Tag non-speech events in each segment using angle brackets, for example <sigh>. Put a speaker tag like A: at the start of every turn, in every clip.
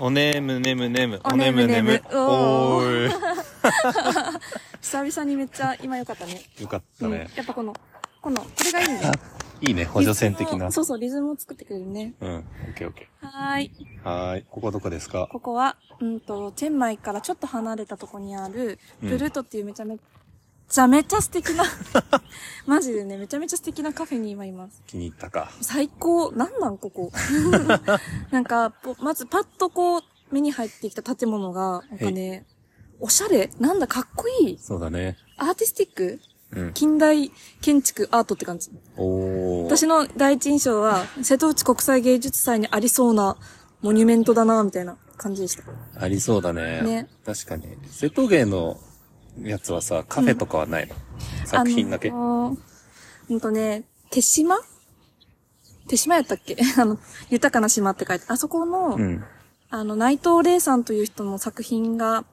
A: おねむねむねむ。
B: おねむねむ
A: おー
B: 久々にめっちゃ今良かったね。
A: <laughs> い。よかった
B: うん
A: ね。
B: やっぱこの、この、これがいいね。
A: いいね、補助線的な
B: リズムを。そうそう、リズムを作ってくれるね。
A: うん。オッケーオッケ
B: はーい。
A: ー。はーい。ここどこですか
B: ここは、うんと、チェンマイからちょっと離れたとこにある、
A: うん
B: ブルートっていうめちゃめちゃめちゃ素敵な、 <laughs> マジでね、めちゃめちゃ素敵なカフェに今います。
A: 気に入ったか。
B: 最高。なんなん、
A: <laughs>
B: ここ。なんか、ぽまずパッとこう、目に入ってきた建物が、なんかね、おしゃれなんだ、かっこいい
A: そうだね。
B: アーティスティック
A: うん。
B: 近代建築アートって感じ。
A: おー。
B: 私の第一印
A: <laughs>
B: 象は、瀬戸内国際芸術祭にありそうなモニュメントだな、みたいな感じでした。
A: ありそうだね。
B: ね
A: 確かに。瀬戸芸のやつはさ、カフェとかはないの、作品だけ
B: あ。のーうんとね、手島手島やったっけ <laughs> あの、豊かな島って書いて、あそこの、
A: うん。
B: あの、内藤玲さんという人の作品が、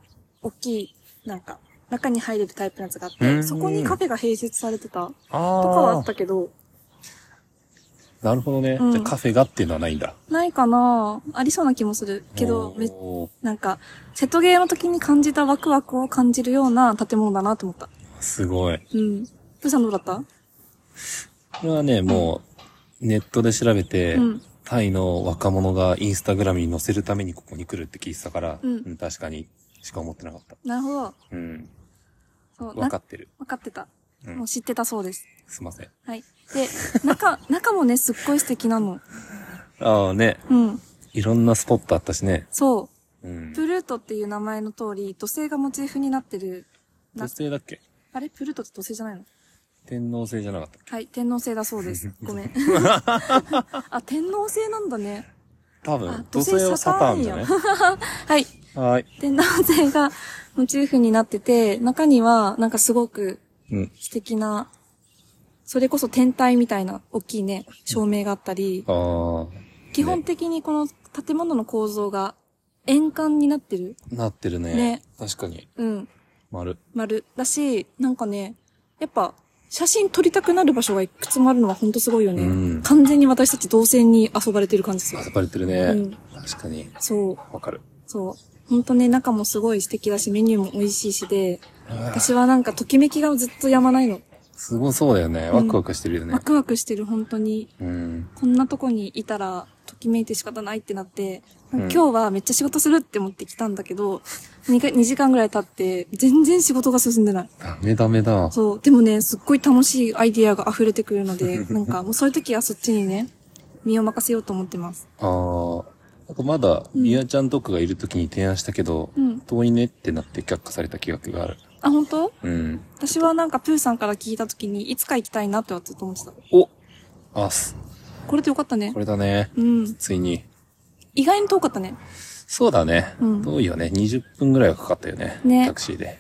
B: 大きい、なんか、中に入れるタイプのやつがあっ
A: う
B: て、
A: ん
B: そこにカフェが併設されてたと
A: あ
B: かはあ
A: あ
B: ったけど、
A: なるほどね。
B: うん
A: じゃあカフェがっていうのはないんだ。
B: ないかなありそうな気もするけど、め
A: おー
B: なんか、瀬戸芸の時に感じたワクワクを感じるような建物だなと思った。
A: すごい。
B: うん。プーさんどうだった
A: これはね、もう、ネットで調べて、
B: うん
A: タイの若者がインスタグラムに載せるためにここに来るって聞いてたから、
B: うん
A: うん確かに、しか思ってなかった。
B: なるほど。
A: うん。
B: そう、
A: わ
B: な
A: かってる。
B: わかってた。
A: うん
B: もう知ってたそうです。
A: すいません。
B: はい。で、中、 <laughs> 中もね、すっごい素敵なの。
A: ああね、
B: うん。
A: いろんなスポットあったしね。
B: そうう。
A: ん。
B: プルートっていう名前の通り、土星がモチーフになってる。な
A: 女性だっけ
B: あれプルートって土星じゃないの
A: 天皇制じゃなかったっけ
B: はい、天王星だそう
A: <laughs>
B: です。ごめん。あ、天王星なんだね。
A: 多
B: あ
A: 分、土
B: 土星
A: 星はサターンじゃない
B: サはい。
A: <laughs> はい。
B: 天王星がモチーフになってて、中には、なんかすごく
A: うん。
B: 素敵な、それこそ天体みたいな大きいね、照明があったり、
A: あ
B: 基本的にこの建物の構造が円環になってる。
A: あ、なってるね。
B: ね
A: 確かに。
B: うん。
A: 丸。
B: 丸。だし、なんかね、やっぱ、写真撮りたくなる場所がいくつもあるのはほんとすごいよね。
A: うん
B: 完全に私たち同性に遊ばれてる感じする。
A: 遊ばれてるね。
B: うん
A: 確かに。
B: そう、
A: わかる。
B: そう。ほんとね、中もすごい素敵だし、メニューも美味しいしで、
A: ああ
B: 私はなんかときめきがずっとやまないの。
A: すごそうだよね。ワクワクしてるよね
B: ワ。クワクしてる、本当に。
A: うん。
B: こんなとこにいたら、ときめいて仕方ないってなって、
A: うん
B: 今日はめっちゃ仕事するって思ってきたんだけど、2, か2時間ぐらい経って、全然仕事が進んでない。
A: ダメダメだ。
B: そう。でもね、すっごい楽しいアイディアが溢れてくる
A: <laughs>
B: ので、なんかもうそういう時はそっちにね、身を任せようと思ってます。
A: あーあとまだ、ミヤちゃんとかがいるときに提案したけど、
B: うん
A: 遠いねってなって却下された気ががある。
B: あ、本当
A: うん。
B: 私はなんかプーさんから聞いた時に、いつか行きたいなってはずっと思ってた。
A: おあす。
B: これでよかったね
A: こ。れだね。
B: うん。
A: ついに。
B: 意外に遠かったね。
A: そうだね。
B: うん
A: 遠いよね。20分ぐらいはかかったよね。
B: ね
A: タクシーで。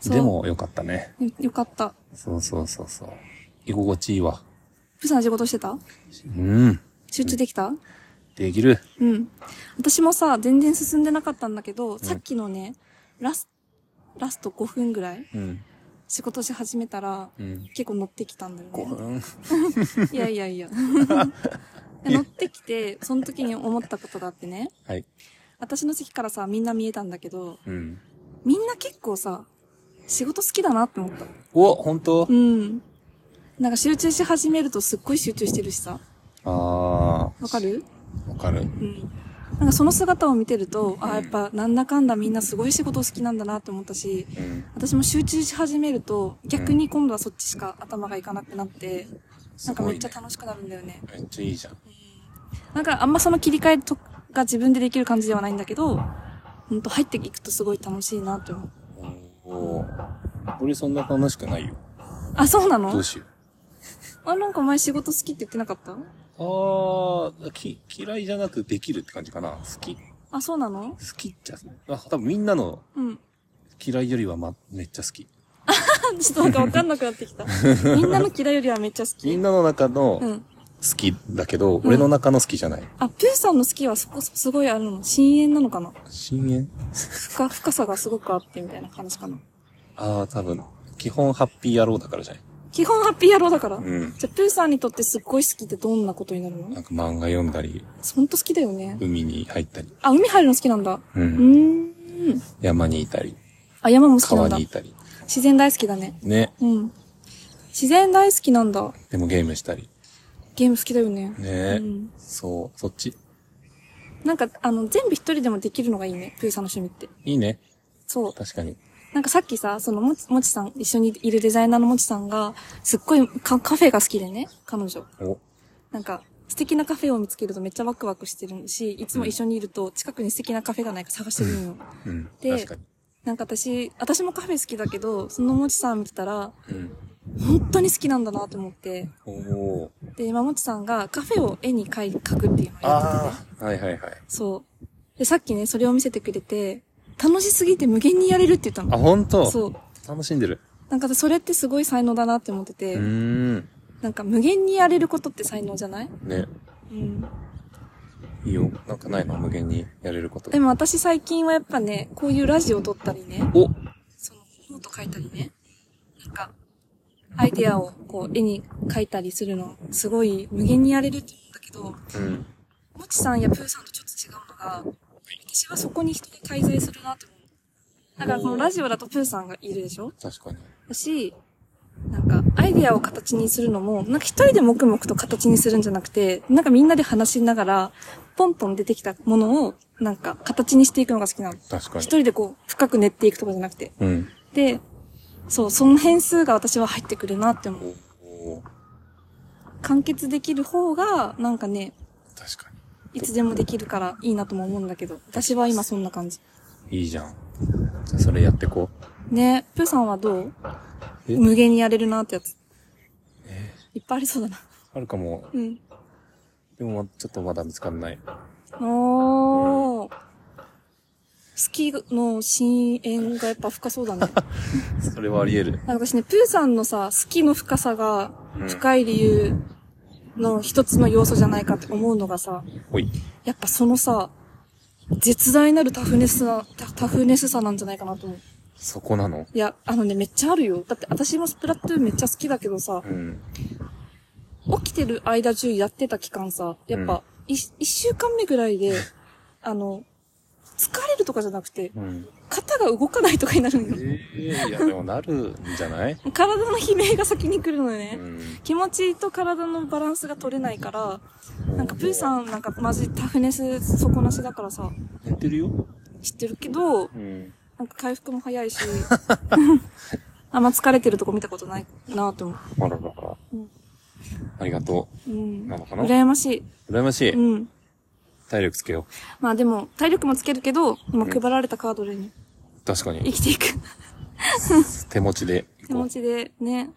B: そう
A: でも、よかったね。
B: よよかった。
A: そうそうそうそう。居心地いいわ。
B: プーさん仕事してた
A: うん。
B: 集中できた、
A: できる。
B: うん。私もさ、全然進んでなかったんだけど、さっきのね、ラス、ラスト5分ぐらい
A: うん。
B: 仕事し始めたら、
A: うん。
B: 結構乗ってきたんだよ
A: 5
B: ね。
A: 分。
B: いやいやいや。乗ってきて、その時に思ったことがあってね、
A: はい。
B: 私の席からさ、みんな見えたんだけど、
A: うん。
B: みんな結構さ、仕事好きだなって思った。
A: お本当
B: うん。なんか集中し始めるとすっごい集中してるしさ。
A: あ
B: わかる
A: あ、わかる。
B: うん。なんかその姿を見てると、ああ、やっぱなんだかんだみんなすごい仕事好きなんだなって思ったし、
A: うん。
B: 私も集中し始めると、逆に今度はそっちしか頭がいかなくなって、なんかめっちゃ楽しくなるんだよね。
A: めっちゃいいじゃん。
B: なんかあんまその切り替えとが自分でできる感じではないんだけど、ほんと入っていくとすごい楽しいなって思う。
A: おー俺そんな楽しくないよ。
B: あ、そうな
A: ど
B: の
A: うしよ
B: あ、なんかお前仕事好きって言ってなかった
A: う。ああ、き、嫌いじゃなくできるって感じかな。好き、好
B: あ、そうなの
A: きっちゃ、あ、多分みんなの
B: うん。
A: 嫌いよりはま、めっちゃ好き。
B: ちょっとなんかわかんなくなって
A: <laughs>
B: きた。みんなの嫌いよりはめっちゃ好
A: み
B: き。
A: んなの中の
B: う
A: 好
B: ん。
A: きだけど、俺の中の好きじゃない。
B: あ、プーさんの好きはそこ、すごいあるの。深淵なのかな
A: 深淵
B: 深、深さがすごくあってみたいな感じかな。
A: ああ、多分、基本ハッピー野郎だからじゃない。
B: 基本ハッピー野郎だから。
A: うん。
B: じゃあ、プーさんにとってすっごい好きってどんなことになるの
A: なんか漫画読んだり、
B: ほんと好きだよね。
A: 海に入ったり、
B: あ、海入るの好きなんだ。
A: う。
B: うんーん。
A: 山にいたり、
B: あ、山も好きな
A: 川
B: んだ
A: にい。たり。
B: 自然大好きだね。
A: ね。
B: うん。自然大好きなんだ。
A: でもゲームしたり。
B: ゲーム好きだよね。
A: ね、
B: うん
A: そう、そっち。
B: なんか、あの、全部一人でもできるのがいいね。プーさんの趣味って。
A: いいね。
B: そう。
A: 確かに。
B: なんかさっきさ、そのもち、もちさん、一緒にいるデザイナーのもちさんが、すっごいカカフェが好きでね、彼女。
A: お、
B: なんか、素敵なカフェを見つけるとめっちゃワクワクしてるし、いつも一緒にいると近くに素敵なカフェがないか探してるのよ。
A: うん。
B: で
A: 確かに。
B: なんか私、私もカフェ好きだけど、そのもちさん見てたら、
A: うん。
B: 本当に好きなんだなと思って。
A: おおー。
B: で、まもちさんがカフェを絵に描い描くっていうのをやってて、ね、
A: ああ。はいはいはい。
B: そう。で、さっきね、それを見せてくれて、楽しすぎて無限にやれるって言った
A: あ、
B: の。
A: ほんと
B: そう。
A: 楽しんでる。
B: なんか私それってすごい才能だなって思ってて、
A: うーん。
B: なんか無限にやれることって才能じゃない
A: ね。
B: うん。
A: いいよ。なんかないの無限にやれること。
B: でも私最近はやっぱね、こういうラジオを撮ったりね、
A: お
B: その、ノート書いたりね、なんか、アイデアをこう絵に描いたりするの、すごい無限にやれるって思うんだけ
A: うん。
B: ど、もちさんやプーさんとちょっと違うのが、私はそこに人が介在するなって思う。だからこのラジオだとプーさんがいるでしょ
A: 確かに。
B: だし、なんか、アイデアを形にするのも、なんか一人で黙々と形にするんじゃなくて、なんかみんなで話しながら、ポンポン出てきたものを、なんか形にしていくのが好きなの。
A: 確か
B: 一
A: に。
B: 人でこう、深く練っていくとかじゃなくて。
A: うん。
B: で、そう、その変数が私は入ってくるなって思う。
A: おおー。
B: 完結できる方が、なんかね、
A: 確か
B: いつでもできるからいいなとも思うんだけど、私は今そんな感じ。
A: に。いいじゃん。じゃあそれやってこ
B: ねプーさんはどう
A: え
B: 無限にやれるなってやつ。いっぱいありそうだな。
A: う。あるかも。
B: うん。
A: でも、ちょっとまだ見つかんない。
B: おー。スキーの深淵がやっぱ深そうだね。
A: それはあり得る。
B: なんか私ね、プーさんのさ、スキーの深さが
A: うん
B: 深い理由の一つの要素じゃないかって思うのがさ、
A: ほい。
B: やっぱそのさ、絶大なるタフネスな、タタフネスさなんじゃないかなと思う。
A: そこなの
B: いや、あのね、めっちゃあるよ。だって私もスプラトゥーンめっちゃ好きだけどさ、
A: うん。
B: 起きてる間中やってた期間さ、やっ
A: うん
B: ぱ、い一、週間目ぐらいで、あの、疲れるとかじゃなくて、
A: うん。
B: 肩が動かないとかになるのよ。
A: ええいや、でもなるんじゃない
B: 体の悲鳴が先に来るのよ
A: う
B: ね。
A: ん。
B: 気持ちと体のバランスが取れないから、なんかプー
A: ん。
B: さんなんかマジタフネス底なしだからさ、
A: やってるよ。
B: 知ってるけど、
A: うん。
B: なんか回復も早いし、 <laughs> あんま疲れてるとこ見たことないなと思
A: あららら。
B: うん
A: ありがと
B: う。うん。
A: なのかな
B: 羨まし
A: う。羨ましい。
B: い。うん。
A: 体力つけよ
B: まあでも、体力もつけるけど、今配られたカードでね
A: う。確かに
B: 生。きていく
A: 手持ちで
B: 気
A: 行こ
B: 持
A: う。
B: ちでね、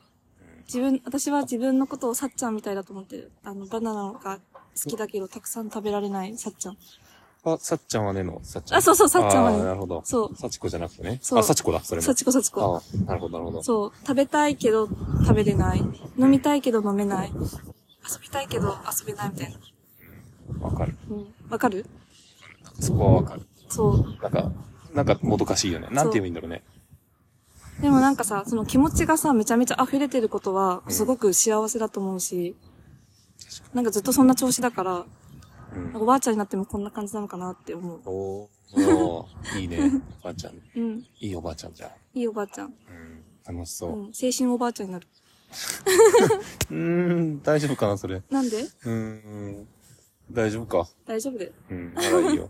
B: 自分、私は自分のことをさっちゃんみたいだと思ってる。あの、バナナが好きだけど、たくさん食べられないさっちゃん。
A: あ、さっちゃんはねの、さっちゃん。
B: あ、そうそう、さっちゃんは
A: あーな
B: ね。
A: るほど。
B: そう
A: さちこじゃなくてね。
B: そう
A: あ、さちこだ、それも。
B: さちこさちこ。
A: あーなるほど、なるほど。
B: そう。食べたいけど食べれない。飲みたいけど飲めない。遊びたいけど遊べないみたいな。
A: わかる。
B: うん。わかる
A: そこはわかる。
B: そう。
A: なんか、なんかもどかしいよね。なんて言えばいいんだろうね。
B: でもなんかさ、その気持ちがさ、めちゃめちゃ溢れてることは、すごく幸せだと思うし、なんかずっとそんな調子だから、
A: う
B: なん
A: ん
B: か。おばあちゃんになってもこんな感じなのかなって思う。
A: おーおー
B: <laughs>
A: いいね。おばあちゃん。
B: うん。
A: いいおばあちゃんじゃん。
B: いいおばあちゃん。
A: うん。楽しそうう。
B: ん。精神おばあちゃんになる。
A: うーん、大丈夫かな、それ。う
B: なんで
A: ーん。大丈夫か。
B: 大丈夫で。
A: うん。なら
B: <laughs>
A: いいよ。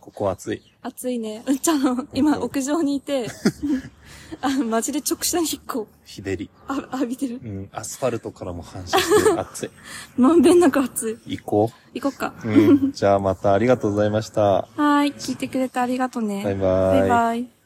A: ここ暑い。
B: 暑いね。うっちゃんの、今、屋上にいて、 <laughs> あ、マジで直射日光、
A: 日照り。
B: あ、浴びてる。
A: うん。アスファルトからも反射して暑い。
B: まんべんなく暑い。
A: 行こ
B: 行こっか。
A: う。うん。じゃあまたありがとうございました。
B: はーい。聞いてくれてありがとうね。
A: バイ
B: バ
A: バ
B: イ
A: イ。
B: バイ。